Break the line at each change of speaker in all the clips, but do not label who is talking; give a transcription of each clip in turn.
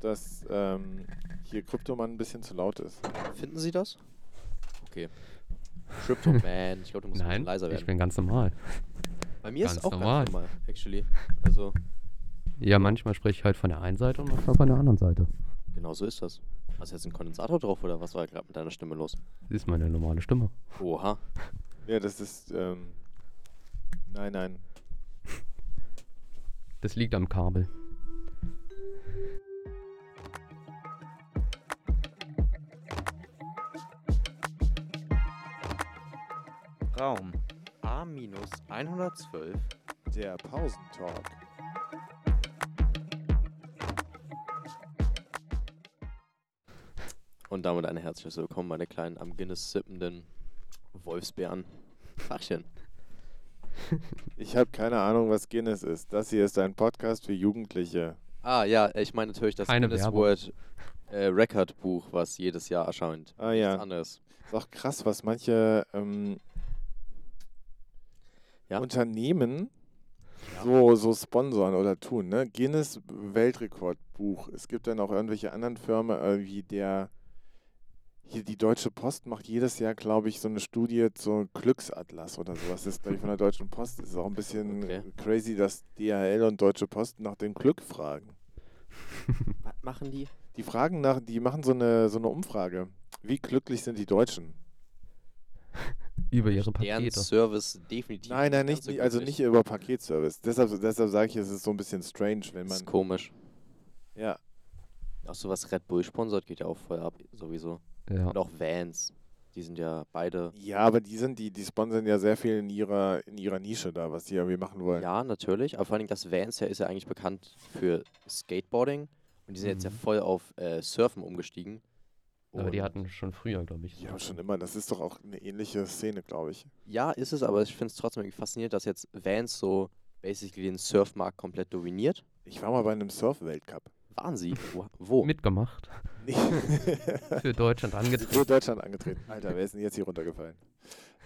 dass ähm, hier Kryptoman ein bisschen zu laut ist.
Finden Sie das?
Okay. Crypto Man. Ich glaube, du musst ein bisschen
Nein,
leiser
ich
werden.
bin ganz normal.
Bei mir ist es
ganz
auch
normal.
ganz normal, actually. Also,
Ja, manchmal spreche ich halt von der einen Seite und manchmal von der anderen Seite.
genau so ist das. Hast du jetzt einen Kondensator drauf oder was war gerade mit deiner Stimme los?
Das ist meine normale Stimme.
Oha.
Ja, das ist. Ähm, nein, nein.
Das liegt am Kabel.
Raum A-112.
Der Pausentalk.
Und damit ein herzliches Willkommen, meine kleinen, am Guinness sippenden Wolfsbären. Fachchen.
Ich habe keine Ahnung, was Guinness ist. Das hier ist ein Podcast für Jugendliche.
Ah, ja, ich meine natürlich das
Keine
Guinness
Werbung.
World äh, Record Buch, was jedes Jahr erscheint.
Ah
Nichts
ja.
anderes.
Ist auch krass, was manche ähm,
Ja.
Unternehmen
Ja.
so, so sponsern oder tun. Ne? Guinness Weltrekordbuch. Es gibt dann auch irgendwelche anderen Firmen, äh, wie der hier die Deutsche Post macht jedes Jahr, glaube ich, so eine Studie zum Glücksatlas oder sowas. Das ist, glaube ich, von der Deutschen Post. ist auch ein bisschen
Okay.
crazy, dass DHL und Deutsche Post nach dem Glück fragen.
Was machen die?
Die fragen nach, die machen so eine, so eine Umfrage. Wie glücklich sind die Deutschen?
Über ihre
Deren
Pakete.
Service definitiv.
Nein, nein,
ganz
nicht,
so
nicht, also
glücklich.
nicht über Paketservice. Deshalb, deshalb sage ich, es ist so ein bisschen strange, wenn
Das
man.
ist komisch.
Ja,
Auch so was Red Bull sponsert, geht ja auch voll ab, sowieso.
Ja.
Und auch Vans. Die sind ja beide.
ja, aber die sind, die, die sponsern ja sehr viel in ihrer, in ihrer Nische da, was die irgendwie machen wollen.
Ja, natürlich. Aber vor allem das Vans ja ist ja eigentlich bekannt für Skateboarding. Und die sind jetzt ja
Mhm.
voll auf äh, Surfen umgestiegen.
Aber die
Und-
hatten schon früher, glaube ich.
Die haben schon immer, das ist doch auch eine ähnliche Szene, glaube ich.
Ja, ist es, aber ich finde es trotzdem irgendwie faszinierend, dass jetzt Vans so basically den Surfmarkt komplett dominiert.
Ich war mal bei einem Surf-Weltcup.
Waren sie? Wo? wo?
mitgemacht.
Nee.
Für Deutschland
Für
angetreten.
Deutschland angetreten. Alter, wer ist denn jetzt hier runtergefallen?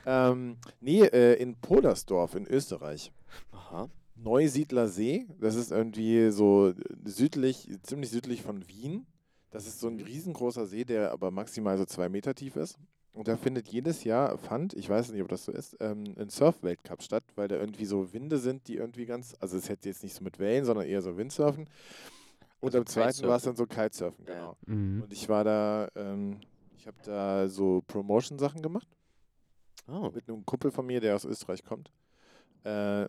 Ähm, nee, äh, in Podersdorf in Österreich.
Aha.
Neusiedler See. Das ist irgendwie so äh, südlich, ziemlich südlich von Wien. Das ist so
Mhm.
ein riesengroßer See, der aber maximal so zwei Meter tief ist. Und da findet jedes Jahr, fand, ich weiß nicht, ob das so ist, ähm, ein Surf-Weltcup statt, weil da irgendwie so Winde sind, die irgendwie ganz, also es hätte jetzt nicht so mit Wellen, sondern eher so Windsurfen. Und
Also
am zweiten war es
Kitesurfen.
dann so Kitesurfen,
Ja.
genau.
Mhm.
Und ich war da, ähm, ich habe da so Promotion-Sachen gemacht
Oh.
mit einem Kumpel von mir, der aus Österreich kommt. Äh,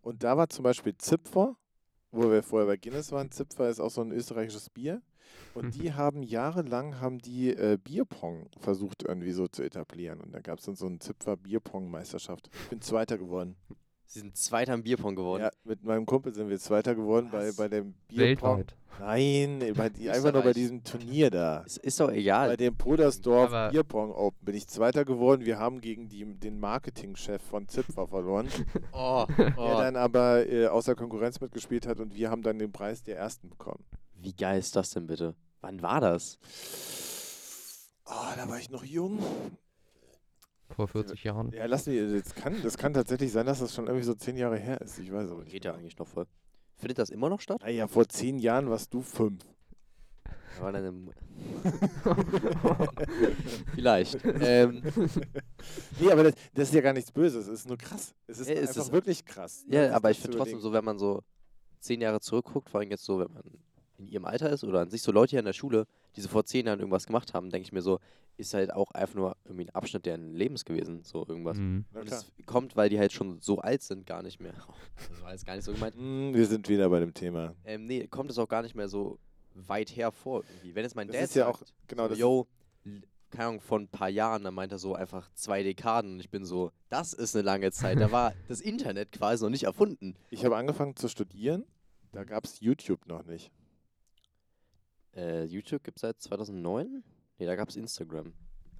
und da war zum Beispiel Zipfer, wo wir vorher bei Guinness waren. Zipfer ist auch so ein österreichisches Bier. Und die haben jahrelang haben die äh, Bierpong versucht irgendwie so zu etablieren. Und da gab es dann so eine Zipfer Bierpong-Meisterschaft. Ich bin Zweiter geworden.
Sie sind Zweiter im Bierpong geworden.
Ja, mit meinem Kumpel sind wir Zweiter geworden bei,
Was?
bei dem Bierpong.
Weltweit.
Nein, bei, die- einfach nur bei
Österreich.
diesem Turnier da.
Es ist doch egal.
Bei dem Podersdorf
Aber-
Bierpong Open bin ich Zweiter geworden. Wir haben gegen die, den Marketingchef von Zipfer verloren,
Oh,
der
oh.
dann aber äh, außer Konkurrenz mitgespielt hat und wir haben dann den Preis der Ersten bekommen.
Wie geil ist das denn bitte? Wann war das?
Ah, da war ich noch jung.
Vor 40 Jahren.
Ja, lass mich, äh, das kann, das kann tatsächlich sein, dass das schon irgendwie so zehn Jahre her ist. Ich weiß aber nicht.
Geht ja eigentlich noch voll. Findet das immer noch statt?
Naja, vor zehn Jahren warst du fünf.
Da war dann im- Vielleicht. ähm,
Nee, aber das, das ist ja gar nichts Böses. Es ist nur krass. Es ist
Ey, es
einfach
ist-
wirklich krass. ne,
ja,
sich
aber
das
ich
zu
finde trotzdem
überlegen.
so, wenn man so zehn Jahre zurückguckt, vor allem jetzt so, wenn man in ihrem Alter ist oder an sich so Leute hier in der Schule, die so vor zehn Jahren irgendwas gemacht haben, denke ich mir so, ist halt auch einfach nur irgendwie ein Abschnitt deren Lebens gewesen, so irgendwas.
Mhm.
Na
Und
klar.
es kommt, weil die halt schon so alt sind, gar nicht mehr. Das war jetzt gar nicht so gemeint.
Hm, wir sind wieder bei dem Thema.
Ähm, nee, kommt es auch gar nicht mehr so weit her vor. Irgendwie. Wenn es mein
Das
Dad
ist ja
sagt,
auch- genau,
so,
das-
yo, l- keine Ahnung, von ein paar Jahren, dann meint er so einfach zwei Dekaden und ich bin so, das ist eine lange Zeit. Da war das Internet quasi noch nicht erfunden.
Ich habe angefangen zu studieren. Da gab es YouTube noch nicht.
Äh, YouTube gibt es seit 2009? Nee, da gab es Instagram.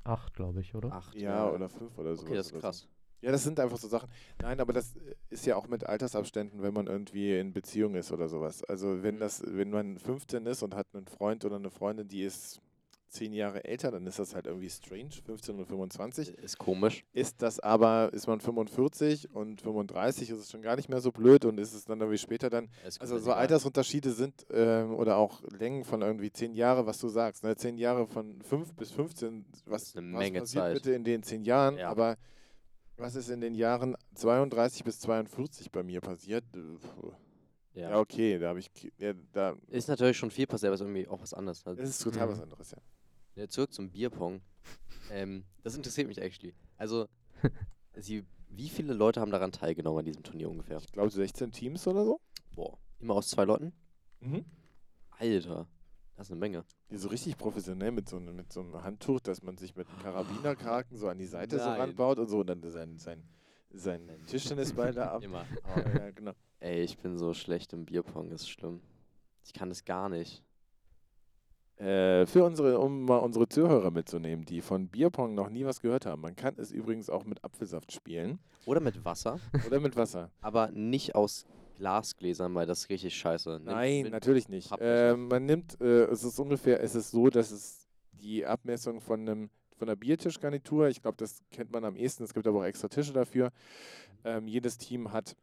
Acht, glaube ich, oder?
Acht.
Hm? Ja, oder fünf oder so.
Okay, das ist krass.
Ja, das sind einfach so Sachen. Nein, aber das äh, ist ja auch mit Altersabständen, wenn man irgendwie in Beziehung ist oder sowas. Also wenn das, wenn man 15 ist und hat einen Freund oder eine Freundin, die ist zehn Jahre älter, dann ist das halt irgendwie strange, 15 und 25.
Äh, Ist komisch.
Ist das aber, ist man 45 und 35, ist es schon gar nicht mehr so blöd und ist es dann irgendwie später dann.
Ist
Also
komplett
so
egal.
Altersunterschiede sind ähm, oder auch Längen von irgendwie zehn Jahre, was du sagst. Ne? Zehn Jahre von 5 bis 15, was,
ist eine
was
Menge
passiert
Zeit.
bitte in den zehn Jahren,
Ja.
aber was ist in den Jahren 32 bis 42 bei mir passiert? Äh, puh.
Ja.
Ja, okay, da habe ich ki- ja, da
Ist natürlich schon viel passiert, aber ist irgendwie auch was anderes. Ne?
das ist total
Mhm.
was anderes, ja.
Ja, zurück zum Bierpong. ähm, das interessiert mich actually. Also, sie, wie viele Leute haben daran teilgenommen an diesem Turnier ungefähr?
Ich glaube 16 Teams oder so.
Boah. Immer aus zwei Leuten? Alter. Das ist eine Menge.
Die so richtig professionell mit so, einem- mit so einem Handtuch, dass man sich mit einem Karabinerkraken so an die Seite so
Nein.
ranbaut und so und dann sein, sein, sein
Nein.
Tischtennisball da ab.
Immer.
ja, genau.
Ey, ich bin so schlecht im Bierpong, ist schlimm. Ich kann das gar nicht.
Äh, für unsere, um mal unsere Zuhörer mitzunehmen, die von Bierpong noch nie was gehört haben. Man kann es übrigens auch mit Apfelsaft spielen
Oder mit Wasser,
oder mit Wasser.
aber nicht aus Glasgläsern, weil das ist richtig scheiße. Nimm-
Nein,
nimm-
natürlich nicht.
Pappbecher.
Äh, man nimmt, äh, es ist ungefähr, es ist so, dass es die Abmessung von einem von einer Biertischgarnitur, ich glaube, das kennt man am ehesten, es gibt aber auch extra Tische dafür. Ähm, jedes Team hat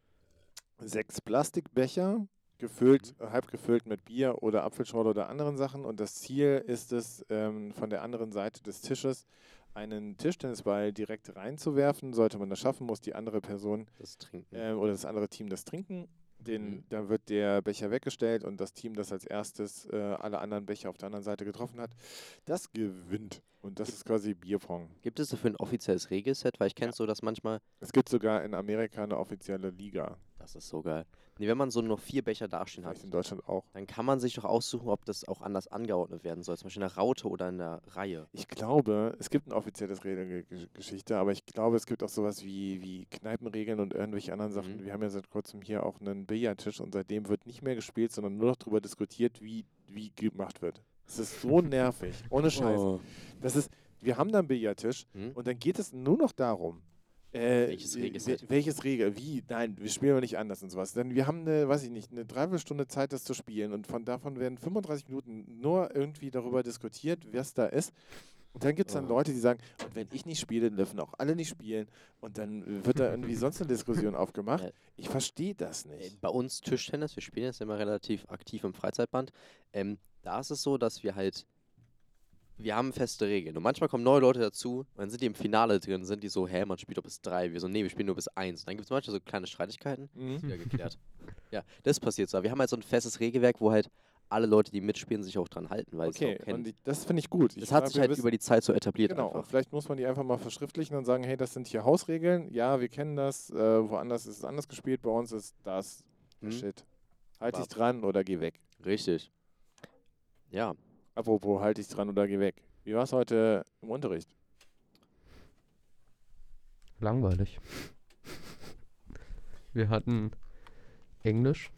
sechs Plastikbecher, gefüllt, halb gefüllt mit Bier oder Apfelschorle oder anderen Sachen. Und das Ziel ist es, ähm, von der anderen Seite des Tisches einen Tischtennisball direkt reinzuwerfen. Sollte man das schaffen, muss die andere Person
Das Trinken.
ähm, oder das andere Team das trinken. Den,
Mhm.
Dann wird der Becher weggestellt und das Team, das als erstes äh, alle anderen Becher auf der anderen Seite getroffen hat, das gewinnt. Und das ist quasi Bierpong.
Gibt es dafür ein offizielles Regelset? Weil ich kenne so, dass manchmal.
Es gibt sogar in Amerika eine offizielle Liga.
Das ist so geil. Nee, wenn man so nur vier Becher dastehen hat,
Vielleicht in Deutschland auch.
dann kann man sich doch aussuchen, ob das auch anders angeordnet werden soll. Zum Beispiel in einer Raute oder in einer Reihe.
Ich glaube, es gibt ein offizielles Regelgeschichte, aber ich glaube, es gibt auch sowas wie, wie Kneipenregeln und irgendwelche anderen Sachen.
Mhm.
Wir haben ja seit kurzem hier auch einen Billardtisch und seitdem wird nicht mehr gespielt, sondern nur noch darüber diskutiert, wie, wie gemacht wird. Es ist so nervig. Ohne Scheiß. Das ist, wir haben da einen Billardtisch
Hm?
und dann geht es nur noch darum, äh,
Welches
we-
Regelset?
we- welches Regel? Wie? Nein, wir spielen aber nicht anders und sowas. Denn wir haben eine, weiß ich nicht, eine Dreiviertelstunde Zeit, das zu spielen und von davon werden 35 Minuten nur irgendwie darüber diskutiert, was da ist. Und dann gibt es dann
Oh.
Leute, die sagen, und wenn ich nicht spiele, dürfen auch alle nicht spielen. Und dann wird da irgendwie sonst eine Diskussion
Ja.
aufgemacht. Ich verstehe das
Äh,
nicht.
Bei uns Tischtennis, wir spielen jetzt immer relativ aktiv im Freizeitband. Ähm, da ist es so, dass wir halt, wir haben feste Regeln. Und manchmal kommen neue Leute dazu, und dann sind die im Finale drin, sind die so, hä, man spielt doch bis drei. Wir so, nee, wir spielen nur bis eins. Dann gibt es manchmal so kleine Streitigkeiten,
Mhm.
wieder geklärt. ja, das passiert so. Aber Wir haben halt so ein festes Regelwerk, wo halt alle Leute, die mitspielen, sich auch dran halten, weil sie es
Okay,
auch
und
kennen.
ich, das finde ich gut. Ich
Das hat
mag,
sich
wir
halt
wissen-
über die Zeit so etabliert
Genau, und
einfach.
vielleicht muss man die einfach mal verschriftlichen und sagen, hey, das sind hier Hausregeln, ja, wir kennen das, äh, woanders ist es anders gespielt, bei uns ist das der
Hm?
Shit. Halt dich
Wahnsinn.
dran oder geh weg.
Richtig. Ja,
Apropos, halt dich dran oder geh weg. Wie war es heute im Unterricht?
Langweilig. Wir hatten Englisch.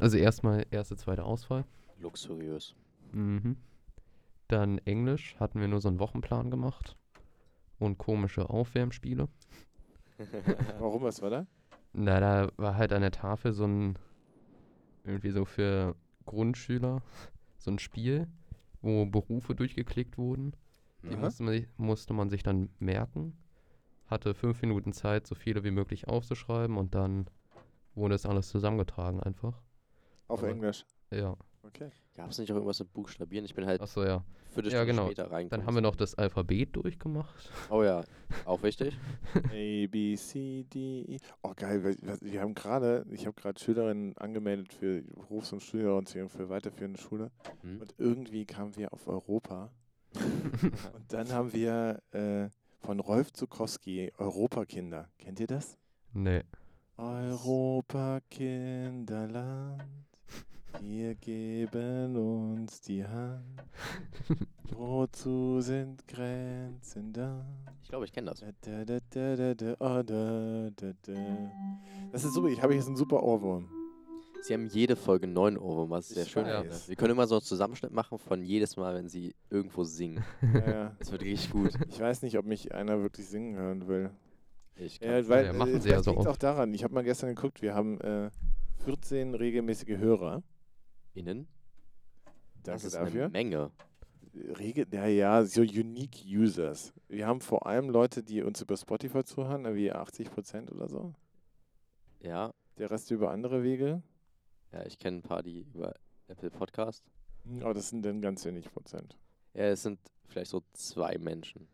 Also erstmal erste, zweite Auswahl.
luxuriös.
Mhm. Dann Englisch hatten wir nur so einen Wochenplan gemacht. Und komische Aufwärmspiele.
Warum, was war da?
Na, da war halt an der Tafel so ein, irgendwie so für Grundschüler, so ein Spiel, wo Berufe durchgeklickt wurden. Die
Aha.
musste man, sich- musste man sich dann merken. Hatte fünf Minuten Zeit, so viele wie möglich aufzuschreiben und dann wurde das alles zusammengetragen einfach.
Auf
Aber-
Englisch.
Ja,
Okay.
Gab es nicht auch irgendwas mit Buchstabieren? Ich bin halt
achso, ja.
Viertelstunde
genau.
später reingekommen.
Dann haben wir noch das Alphabet durchgemacht.
Oh ja, auch wichtig.
A, B, C, D, E. Oh geil, wir, wir- wir haben gerade, ich habe gerade Schülerinnen angemeldet für Berufs- und Studienorientierung für weiterführende Schule.
Hm?
Und irgendwie kamen wir auf Europa. und dann haben wir äh, von Rolf Zukowski Europakinder. Kennt ihr das?
Nee.
Europakinderland, wir geben uns die Hand. Wozu sind Grenzen da?
Ich glaube, ich kenne das.
Da, da, da, da, da, da, oh, da, da, da. Das ist super, ich habe jetzt einen super Ohrwurm.
Sie haben jede Folge 9 Euro, was sehr
Ich
schön
weiß.
ist. Wir können immer so einen Zusammenschnitt machen von jedes Mal, wenn sie irgendwo singen.
Ja, ja.
Das wird richtig gut.
Ich weiß nicht, ob mich einer wirklich singen hören will.
Ich glaub,
Ja, weil
Ja,
ja,
machen
das
sie ja so
liegt auch
oft.
daran. Ich habe mal gestern geguckt, wir haben äh, 14 regelmäßige Hörer.
Innen,
Danke
das ist eine
dafür.
Menge.
Regel, ja, ja, so Unique Users. Wir haben vor allem Leute, die uns über Spotify zuhören, irgendwie 80% oder so.
Ja,
Der Rest über andere Wege.
ja ich kenne ein paar, die über Apple Podcast.
Aber das sind dann ganz wenig Prozent.
Ja, es sind vielleicht so zwei Menschen.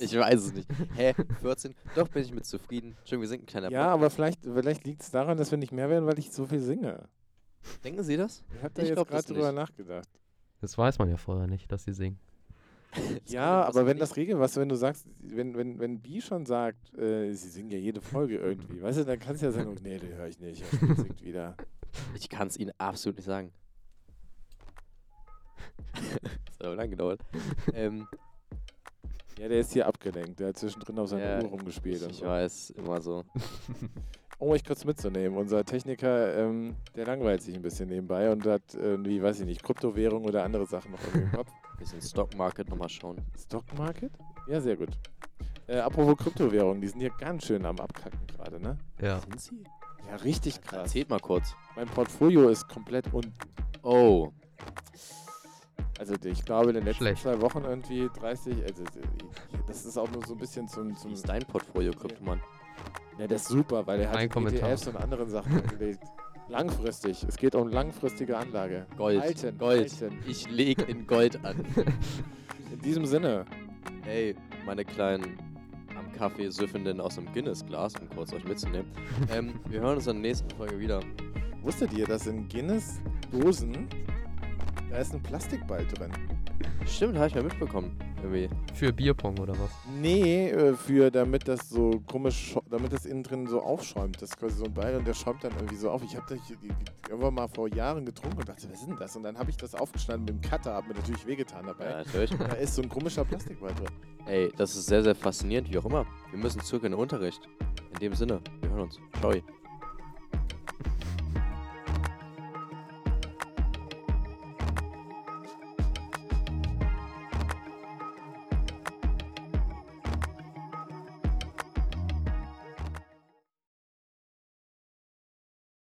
Ich weiß es nicht. Hä, 14? Doch bin ich mit zufrieden. Schön, wir sind ein kleiner
Ja, aber vielleicht, vielleicht liegt es daran, dass wir nicht mehr werden, weil ich so viel singe.
Podcast. Denken Sie das?
Ich habe da
Ich
jetzt
glaub
gerade
das
drüber
nicht.
nachgedacht.
Das weiß man ja vorher nicht, dass sie singen.
Das
Ja,
kann
aber wenn
passieren.
das Regel, was wenn du sagst, wenn, wenn, wenn Bi schon sagt, äh, sie singen ja jede Folge irgendwie, weißt du, dann kannst du ja sagen, oh, nee, den höre ich nicht, er singt wieder.
Ich kann es Ihnen absolut nicht sagen. das hat aber lang gedauert. ähm,
Ja, der ist hier abgelenkt, der hat zwischendrin auf seiner
Ja,
Uhr rumgespielt.
ich
und
ich
so.
weiß, immer so.
Um euch kurz mitzunehmen, unser Techniker, ähm, der langweilt sich ein bisschen nebenbei und hat irgendwie, weiß ich nicht, Kryptowährung oder andere Sachen noch irgendwie im Kopf.
Bisschen Stock Market nochmal schauen.
Stock Market? Ja, sehr gut. Äh, apropos Kryptowährung, die sind hier ganz schön am Abkacken gerade, ne?
Ja.
Sind Sie?
Ja, richtig krass.
Erzählt mal kurz.
Mein Portfolio ist komplett unten.
Oh,
Also ich glaube in den letzten
Schlecht.
zwei Wochen irgendwie 30, also das ist auch nur so ein bisschen zum,
wie
zum
ist dein Portfolio, Kryptomann?
ja, das ist super, weil er hat
Ein Kommentar.
ETFs und anderen Sachen angelegt. Langfristig, es geht um langfristige Anlage.
Gold.
Halten,
Gold.
halten.
Ich leg in Gold an.
In diesem Sinne,
Hey, meine kleinen am Kaffee süffenden aus dem Guinness-Glas, um kurz euch mitzunehmen. Ähm, wir hören uns in der nächsten Folge wieder.
wusstet ihr, dass in Guinness Dosen da ist ein Plastikball drin?
Stimmt, habe ich mal mitbekommen. Irgendwie.
Für Bierpong oder was?
Nee, äh, für damit das so komisch, scho- damit das innen drin so aufschäumt. Das ist quasi so ein Ball und der schäumt dann irgendwie so auf. Ich habe das hier- die- die- irgendwann mal vor Jahren getrunken und dachte, was ist denn das? Und dann habe ich das aufgeschnitten mit dem Cutter, habe mir natürlich wehgetan
Ja,
dabei.
natürlich.
Da ist so ein komischer Plastikball drin.
Ey, das ist sehr, sehr faszinierend, wie auch immer. Wir müssen zurück in den Unterricht. In dem Sinne, wir hören uns. Ciao.